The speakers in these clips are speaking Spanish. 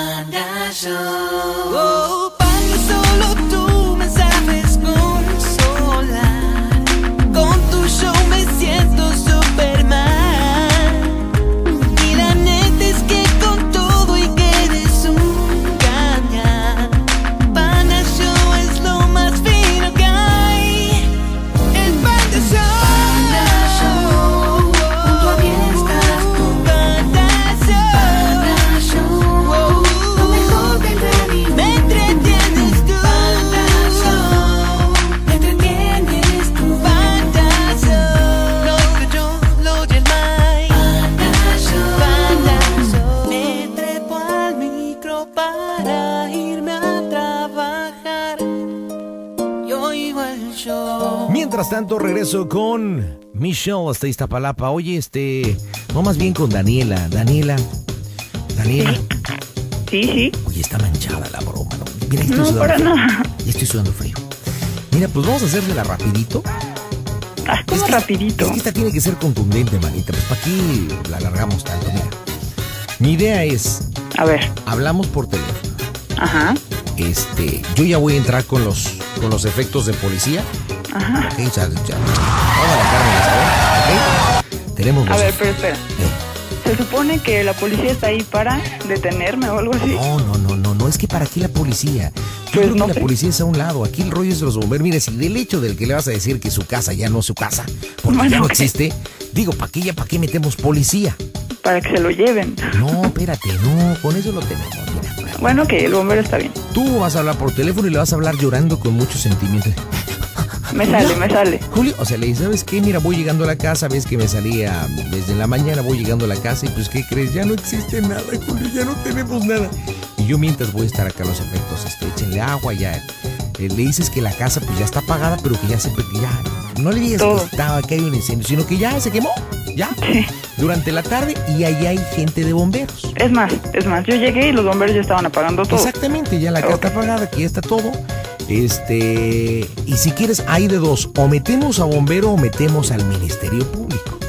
Panda Show. Oh, Panda, solo tú me sabes consolar. Con tu show me siento Superman. Y la neta es que con todo y que eres un caña. Panda Show es lo más fino que hay. El Panda Show. Show, junto a mí estás tú. Panda Show. Panda Show, lo mejor del reality. Me entretienes tú. Panda Show, te entretienes tú. Panda Show. No controlo your mind. Panda Show, Panda Show. Me trepo al micro para irme a trabajar. Yo iba al show. Mientras tanto, regreso con Michelle hasta Iztapalapa. Oye, este, no más bien con Daniela. Daniela, Daniela. Sí, sí. Oye, está manchada la broma, ¿no? Mira, estoy No, sudando para frío. nada. Ya estoy sudando frío. Mira, pues vamos a hacerla rapidito. Ah, como que- rapidito. es que esta tiene que ser contundente, manita. Pues para aquí la alargamos tanto, mira. Mi idea es, A ver, hablamos por teléfono. ajá, Este, yo ya voy a entrar con los, con los efectos de policía. ajá. Ok, ya, ya. Toda la carne al asador, ok. Tenemos A los ver, efe- pero espera. Eh, Se supone que la policía está ahí para detenerme o algo así. No, no, no, no, no, es que para aquí la policía. Yo Pues creo no que la sé. policía es a un lado, aquí el rollo es de los bomberos. Mire, si del hecho del que le vas a decir que su casa ya no es su casa, porque ya Bueno, no ok. existe, digo, ¿para qué ya, para qué metemos policía? Para que se lo lleven. No, espérate, no, con eso lo tenemos. mira. Bueno, que el bombero está bien. Tú vas a hablar por teléfono y le vas a hablar llorando con mucho sentimiento. Me sale, me sale. Julio, o sea, le dices, ¿sabes qué? Mira, voy llegando a la casa, ves que me salía mm, desde la mañana, voy llegando a la casa y pues, ¿qué crees? Ya no existe nada, Julio, ya no tenemos nada. Y yo mientras voy a estar acá los efectos, este, échenle agua, ya. eh, le dices que la casa pues ya está apagada, pero que ya se, que ya, no le digas Todo. que estaba, que hay un incendio, sino que ya se quemó, ya, durante la tarde y ahí hay gente de bomberos. Es más, es más. Yo llegué y los bomberos ya estaban apagando todo. Exactamente, ya la casa está apagada, que ya está todo. Este, y si quieres, hay de dos, o metemos a bombero o metemos al Ministerio Público,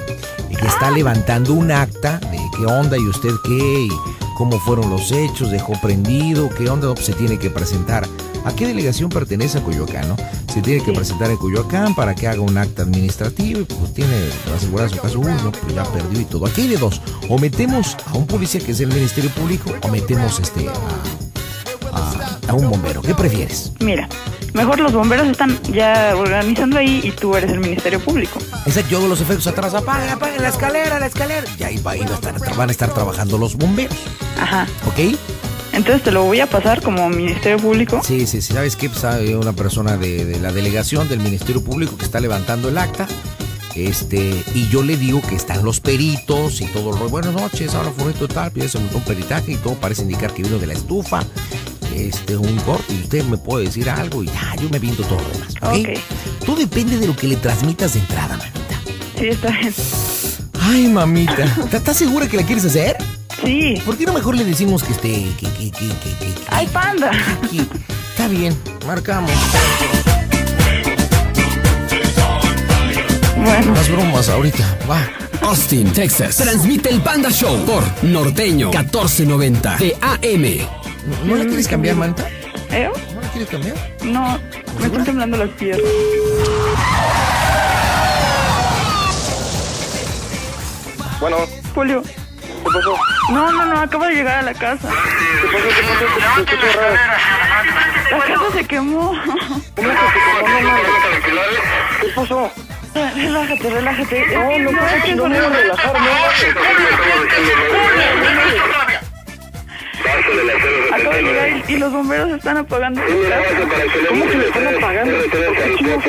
eh, que está levantando un acta de qué onda y usted qué, y cómo fueron los hechos, dejó prendido, qué onda pues, se tiene que presentar. ¿A qué delegación pertenece a Coyoacán, no? Se tiene que presentar en Coyoacán para que haga un acta administrativa y pues tiene asegurar su caso, uy, no, pues ya perdió y todo. Aquí hay de dos, o metemos a un policía que es el Ministerio Público o metemos este a, Ah, a, a un bombero. ¿Qué prefieres? Mira, mejor los bomberos están ya organizando ahí y tú eres el Ministerio Público. Exacto, yo hago los efectos atrás. Apaguen, apaguen la escalera, la escalera. Y ahí va- ahí va a estar- van a estar trabajando los bomberos. Ajá. ¿Ok? Entonces te lo voy a pasar como Ministerio Público. Sí, sí, sí. ¿Sabes qué? Pues hay una persona de, de la delegación del Ministerio Público que está levantando el acta. Este, y yo le digo que están los peritos y todo el rollo. Buenas noches, ahora fue esto y tal, pero ya se montó un peritaje y todo parece indicar que vino de la estufa. Este, un corte, y usted me puede decir algo y ya, yo me viento todo lo demás. ¿ok? Todo depende de lo que le transmitas de entrada, manita. Sí, está bien. Ay, mamita. ¿Estás segura que la quieres hacer? Sí. ¿Por qué no mejor le decimos que esté. que, que, que, que, que- que- ¡Ay, panda! que- Está bien, marcamos. Bueno. Las bromas ahorita, va. Austin, Texas. Transmite el Panda Show por Norteño 1490 de AM. ¿No- ¿No la quieres cambiar, Manta? ¿Eh? ¿No la quieres cambiar? No, me están temblando las piernas. Bueno, Julio. No, no, no, acabo de llegar a la casa. ¿qué pasó? ¿Qué pasó? Te- te escucho raro. La casa se quemó. ¿Cómo es que te- no, no, no, no. ¿Qué pasó? Relájate, relájate. No, no, es que no, no, es no, horrible. relajar, no, no. Acabo de llegar y, y los bomberos están apagando la casa. ¿Cómo que le están apagando? ¿Qué chingados?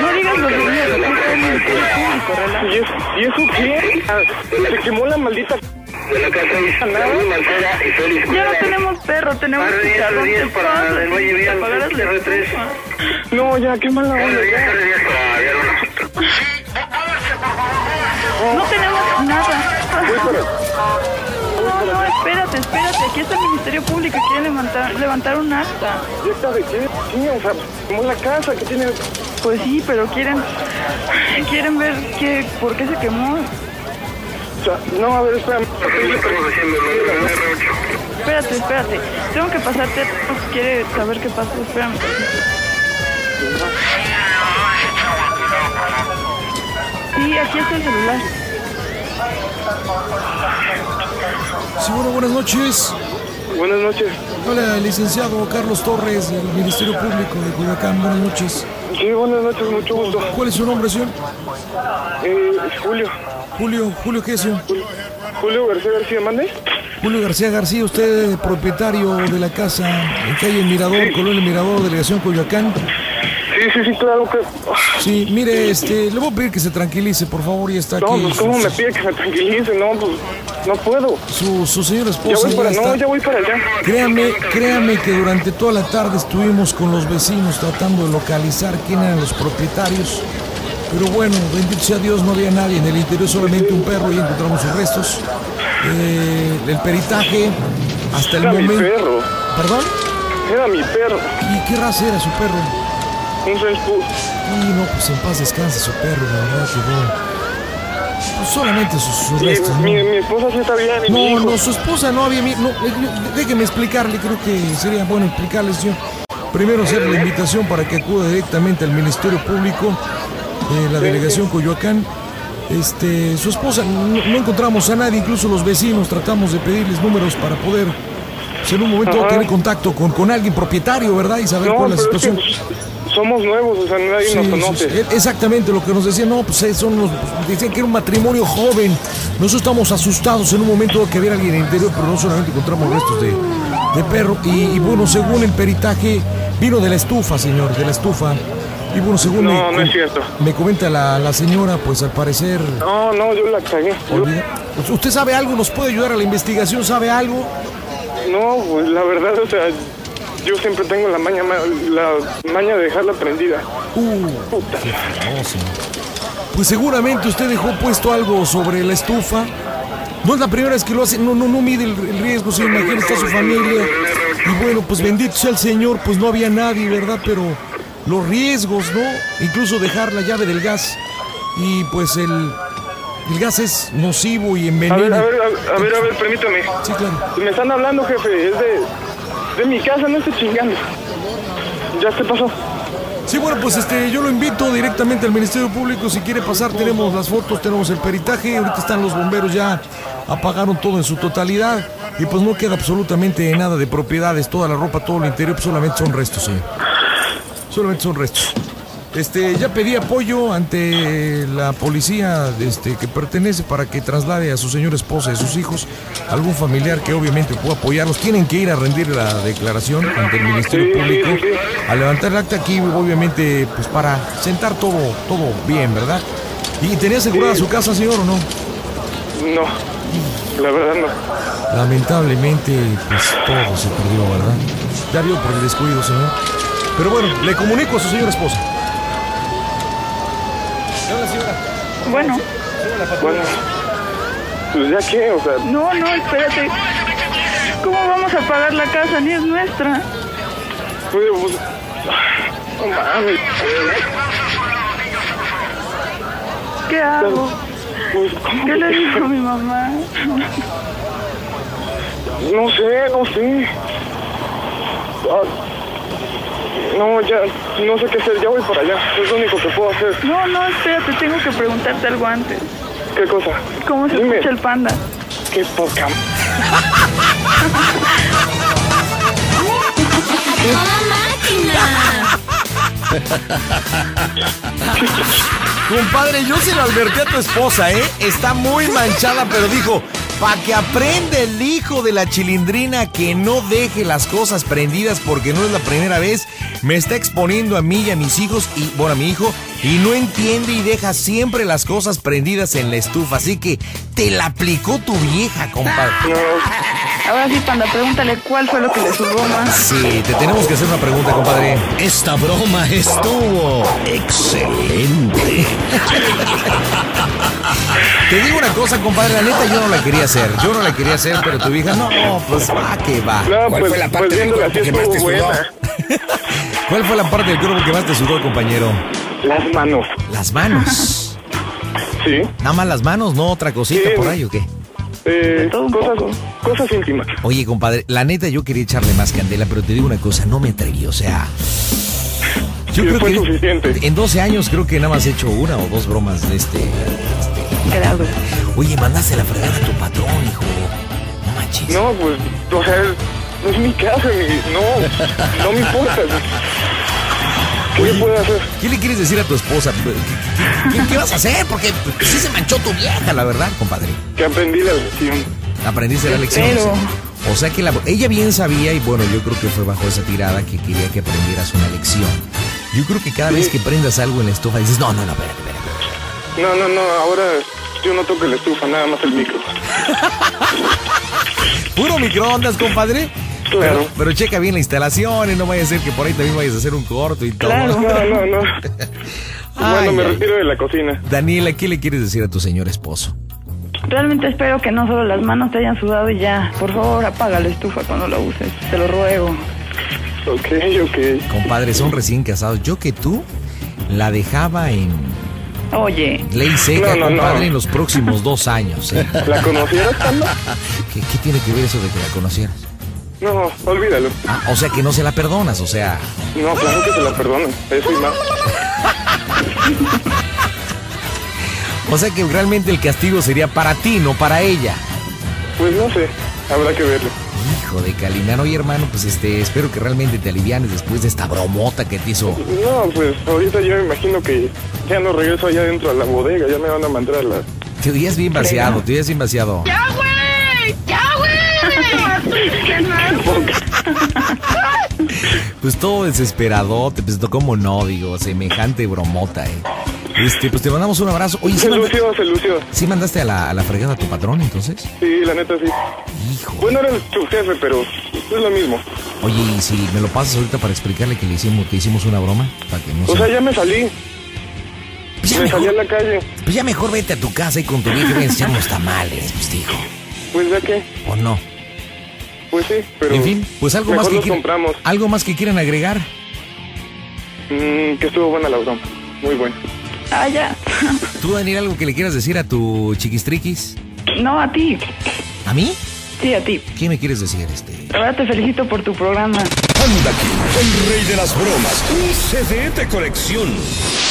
No digas los bomberos, no son el público, relájate. ¿Y eso, ¿Y eso qué? Ah, Se quemó la maldita... Ya no tenemos perro, tenemos chicharrón. ¿Qué pasa? Te apagaras la estufa. No, ya, qué mala onda. ya. No tenemos nada. No, no, espérate, espérate. Aquí está el Ministerio Público. Quiere levantar, levantar un acta. ¿Y esta de qué? Sí, o sea, quemó la casa, ¿qué tiene? Pues sí, pero quieren quieren ver qué, por qué se quemó. O sea, no, a ver, espérame. espérate, espérate. Tengo que pasarte porque quiere saber qué pasó. Espérame. Sí, aquí está el celular. Sí, bueno, buenas noches. Buenas noches. Hola, licenciado Carlos Torres, del Ministerio Público de Culiacán. Buenas noches. Sí, buenas noches, mucho gusto. ¿Cuál es su nombre, señor? Eh, es Julio. Julio, Julio qué, señor? Julio García García, mande. Julio García García, usted es propietario de la casa en calle Mirador, Colonia Mirador, Delegación Coyoacán. Sí, sí, sí, claro que. Sí, mire, este, le voy a pedir que se tranquilice, por favor, ya está aquí. No, pues su- cómo me pide que me tranquilice, no, pues no puedo. su, su señora Ya esposa voy para, ya no, está. ya voy para allá. Pues, Créame, créame que durante toda la tarde estuvimos con los vecinos tratando de localizar quién eran los propietarios. Pero bueno, bendito sea Dios, no había nadie en el interior, solamente un perro y encontramos sus restos. Eh, el peritaje, hasta el Era mi momento. perro, ¿Perdón? era mi perro. ¿Y qué raza era su perro? Un Senspur. Y no, pues en paz descanse su perro, la verdad que no. Pues solamente sus, sus Mi, restos, ¿no? mi, mi esposa sí está bien, y mi No, hijo. no, su esposa no había... mi- No, eh, no, déjeme explicarle, creo que sería bueno explicarles yo. Primero hacer la invitación para que acude directamente al Ministerio Público de la Delegación Coyoacán. Este, su esposa, no, no encontramos a nadie, incluso los vecinos tratamos de pedirles números para poder pues, en un momento Ajá. tener contacto con, con alguien propietario, ¿verdad? Y saber No, cuál es la pero situación. es que pues, somos nuevos, o sea, nadie Sí, nos sí, conoce. sí, e- Exactamente lo que nos decían, no, pues eh, son los, decían que era un matrimonio joven. Nosotros estamos asustados en un momento que había alguien en el interior, pero no solamente encontramos restos de, de perro. Y, y bueno, según el peritaje, vino de la estufa, señor, de la estufa. Y bueno, según No, me, no es cierto. me comenta la, la señora, pues al parecer. No, no, yo la cagué. Yo- olvida- Pues, ¿Usted sabe algo? ¿Nos puede ayudar a la investigación? ¿Sabe algo? no, pues la verdad, o sea, yo siempre tengo la maña, ma- la maña de dejarla prendida. Uh, Puta. No, señor. Pues seguramente usted dejó puesto algo sobre la estufa. No es la primera vez que lo hace, no, no, no mide el, el riesgo, se imagina, está su familia. Y bueno, pues bendito sea el Señor, pues no había nadie, ¿verdad? Pero los riesgos, ¿no? Incluso dejar la llave del gas. Y pues el, el gas es nocivo y A ver, envenena. a ver, a, a ver, a ver, permítame. Sí, claro. Me están hablando, jefe, es de, de mi casa, no estoy chingando. Ya se pasó. Sí, bueno, pues este, yo lo invito directamente al Ministerio Público. Si quiere pasar, tenemos las fotos, tenemos el peritaje. Ahorita están los bomberos ya apagaron todo en su totalidad. Y pues no queda absolutamente nada de propiedades. Toda la ropa, todo lo interior, pues, solamente son restos, señor. Solamente son restos. Este, ya pedí apoyo ante la policía este, que pertenece para que traslade a su señora esposa y a sus hijos, algún familiar que obviamente pueda apoyarlos. Tienen que ir a rendir la declaración ante el Ministerio Sí, sí, Público sí. a levantar el acta aquí, obviamente, pues para sentar todo, todo bien, ¿verdad? ¿Y tenía asegurada su casa, señor, o no? No, la verdad no. Lamentablemente, pues todo se perdió, ¿verdad? Ya vio por el descuido, señor. Pero bueno, le comunico a su señora esposa. Bueno, Bueno, pues ya qué, o sea, no, no, espérate. ¿Cómo vamos a pagar la casa? Ni es nuestra. pues, pues, no mames. ¿Qué hago? Pues, ¿cómo ¿Qué que le te- digo a mi mamá? No sé, no sé. Ah, no, ya, no sé qué hacer, ya voy para allá. Es lo único que puedo hacer. No, no, espérate, tengo que preguntarte algo antes. ¿Qué cosa? ¿Cómo se Dime. escucha el panda? Qué poca. m- Compadre, yo se lo advertí a tu esposa, ¿eh? Está muy manchada, pero dijo, pa' que aprenda el hijo de la chilindrina que no deje las cosas prendidas porque no es la primera vez. Me está exponiendo a mí y a mis hijos, y bueno, a mi hijo, y no entiende y deja siempre las cosas prendidas en la estufa. Así que te la aplicó tu vieja, compadre. Ahora sí, panda, pregúntale cuál fue lo que le subió más. Sí, te tenemos que hacer una pregunta, compadre. Esta broma estuvo excelente. Te digo una cosa, compadre, la neta yo no la quería hacer. Yo no la quería hacer, pero tu vieja, no, pues va que va. No, ¿Cuál pues, fue la parte pues del viéndola cuerpo así que más te estuvo buena. ¿Cuál fue la parte del cuerpo que más te sudó, compañero? Las manos. Las manos. Sí. Nada más las manos, no otra cosita Sí. por ahí o qué. eh, todo un poco. cosas, cosas íntimas. Oye, compadre, la neta yo quería echarle más candela, pero te digo una cosa, no me atreví, o sea... Sí, fue suficiente. en 12 años creo que nada más he hecho una o dos bromas de este... Grave. Oye, mandaste la fregada a tu patrón, hijo. No manches. No, pues, o sea, no es mi casa, mi- no, no me importa. ¿Qué le puedo hacer? ¿Qué le quieres decir a tu esposa? ¿Qué, qué- qué- qué vas a hacer? Porque sí se manchó tu vieja, la verdad, compadre. Que aprendí la lección. Aprendiste la lección. Pero- o sea. O sea que la- ella bien sabía, y bueno, yo creo que fue bajo esa tirada que quería que aprendieras una lección. Yo creo que cada vez que prendas algo en la estufa dices, no, no, no, espérate, espérate. No, no, no, ahora yo no toco la estufa, nada más el micro. Puro microondas, compadre. Claro. Pero, pero checa bien la instalación y no vaya a ser que por ahí también vayas a hacer un corto y todo. Claro. No, no, no. Ay, Bueno, me ay. retiro de la cocina. Daniela, ¿qué le quieres decir a tu señor esposo? Realmente espero que no solo las manos te hayan sudado y ya. Por favor, apaga la estufa cuando la uses. Te lo ruego. Ok, ok. Compadre, son recién casados. Yo que tú la dejaba en Oye, Ley seca, No, no, compadre, no. en los próximos dos años. ¿eh? ¿La conocieras, Pablo? ¿Qué, qué tiene que ver eso de que la conocieras? No, olvídalo. Ah, o sea, que no se la perdonas, o sea... No, claro que se la perdono. Eso y más. O sea que realmente el castigo sería para ti, no para ella. Pues no sé, habrá que verlo. Hijo de Calimán, oye hermano, pues este, espero que realmente te alivianes después de esta bromota que te hizo. No, pues ahorita yo me imagino que ya no regreso allá adentro a la bodega, ya me van a mandar a la... Te oías bien vaciado, te oías bien vaciado. Pues todo desesperado, te pues como no, digo, semejante bromota, eh. Este, pues te mandamos un abrazo. Oye, ¿sí, Se manda- lució, se lució. sí mandaste a la, a la fregada a tu patrón entonces? Sí, la neta sí. Hijo. Bueno, era el subjefe, pero es lo mismo. Oye, y si me lo pasas ahorita para explicarle que le hicimos, que hicimos una broma, para que no O se- sea, ya me salí, pues, ya me salí a mejor, la calle. pues ya mejor vete a tu casa y con tu vieja ven a los tamales, pues dijo, Pues ya qué, o no. pues sí, pero... en fin, pues algo mejor más que los quieran- compramos. algo más que quieran agregar. Mm, que estuvo buena la broma, muy buena. ah, ya. Tú Daniel, algo que le quieras decir a tu chiquistriquis, No, a ti. a mí, Sí, a ti. ¿qué me quieres decir este? Ahora te felicito por tu programa. Anda aquí, el rey de las bromas, un CD de colección.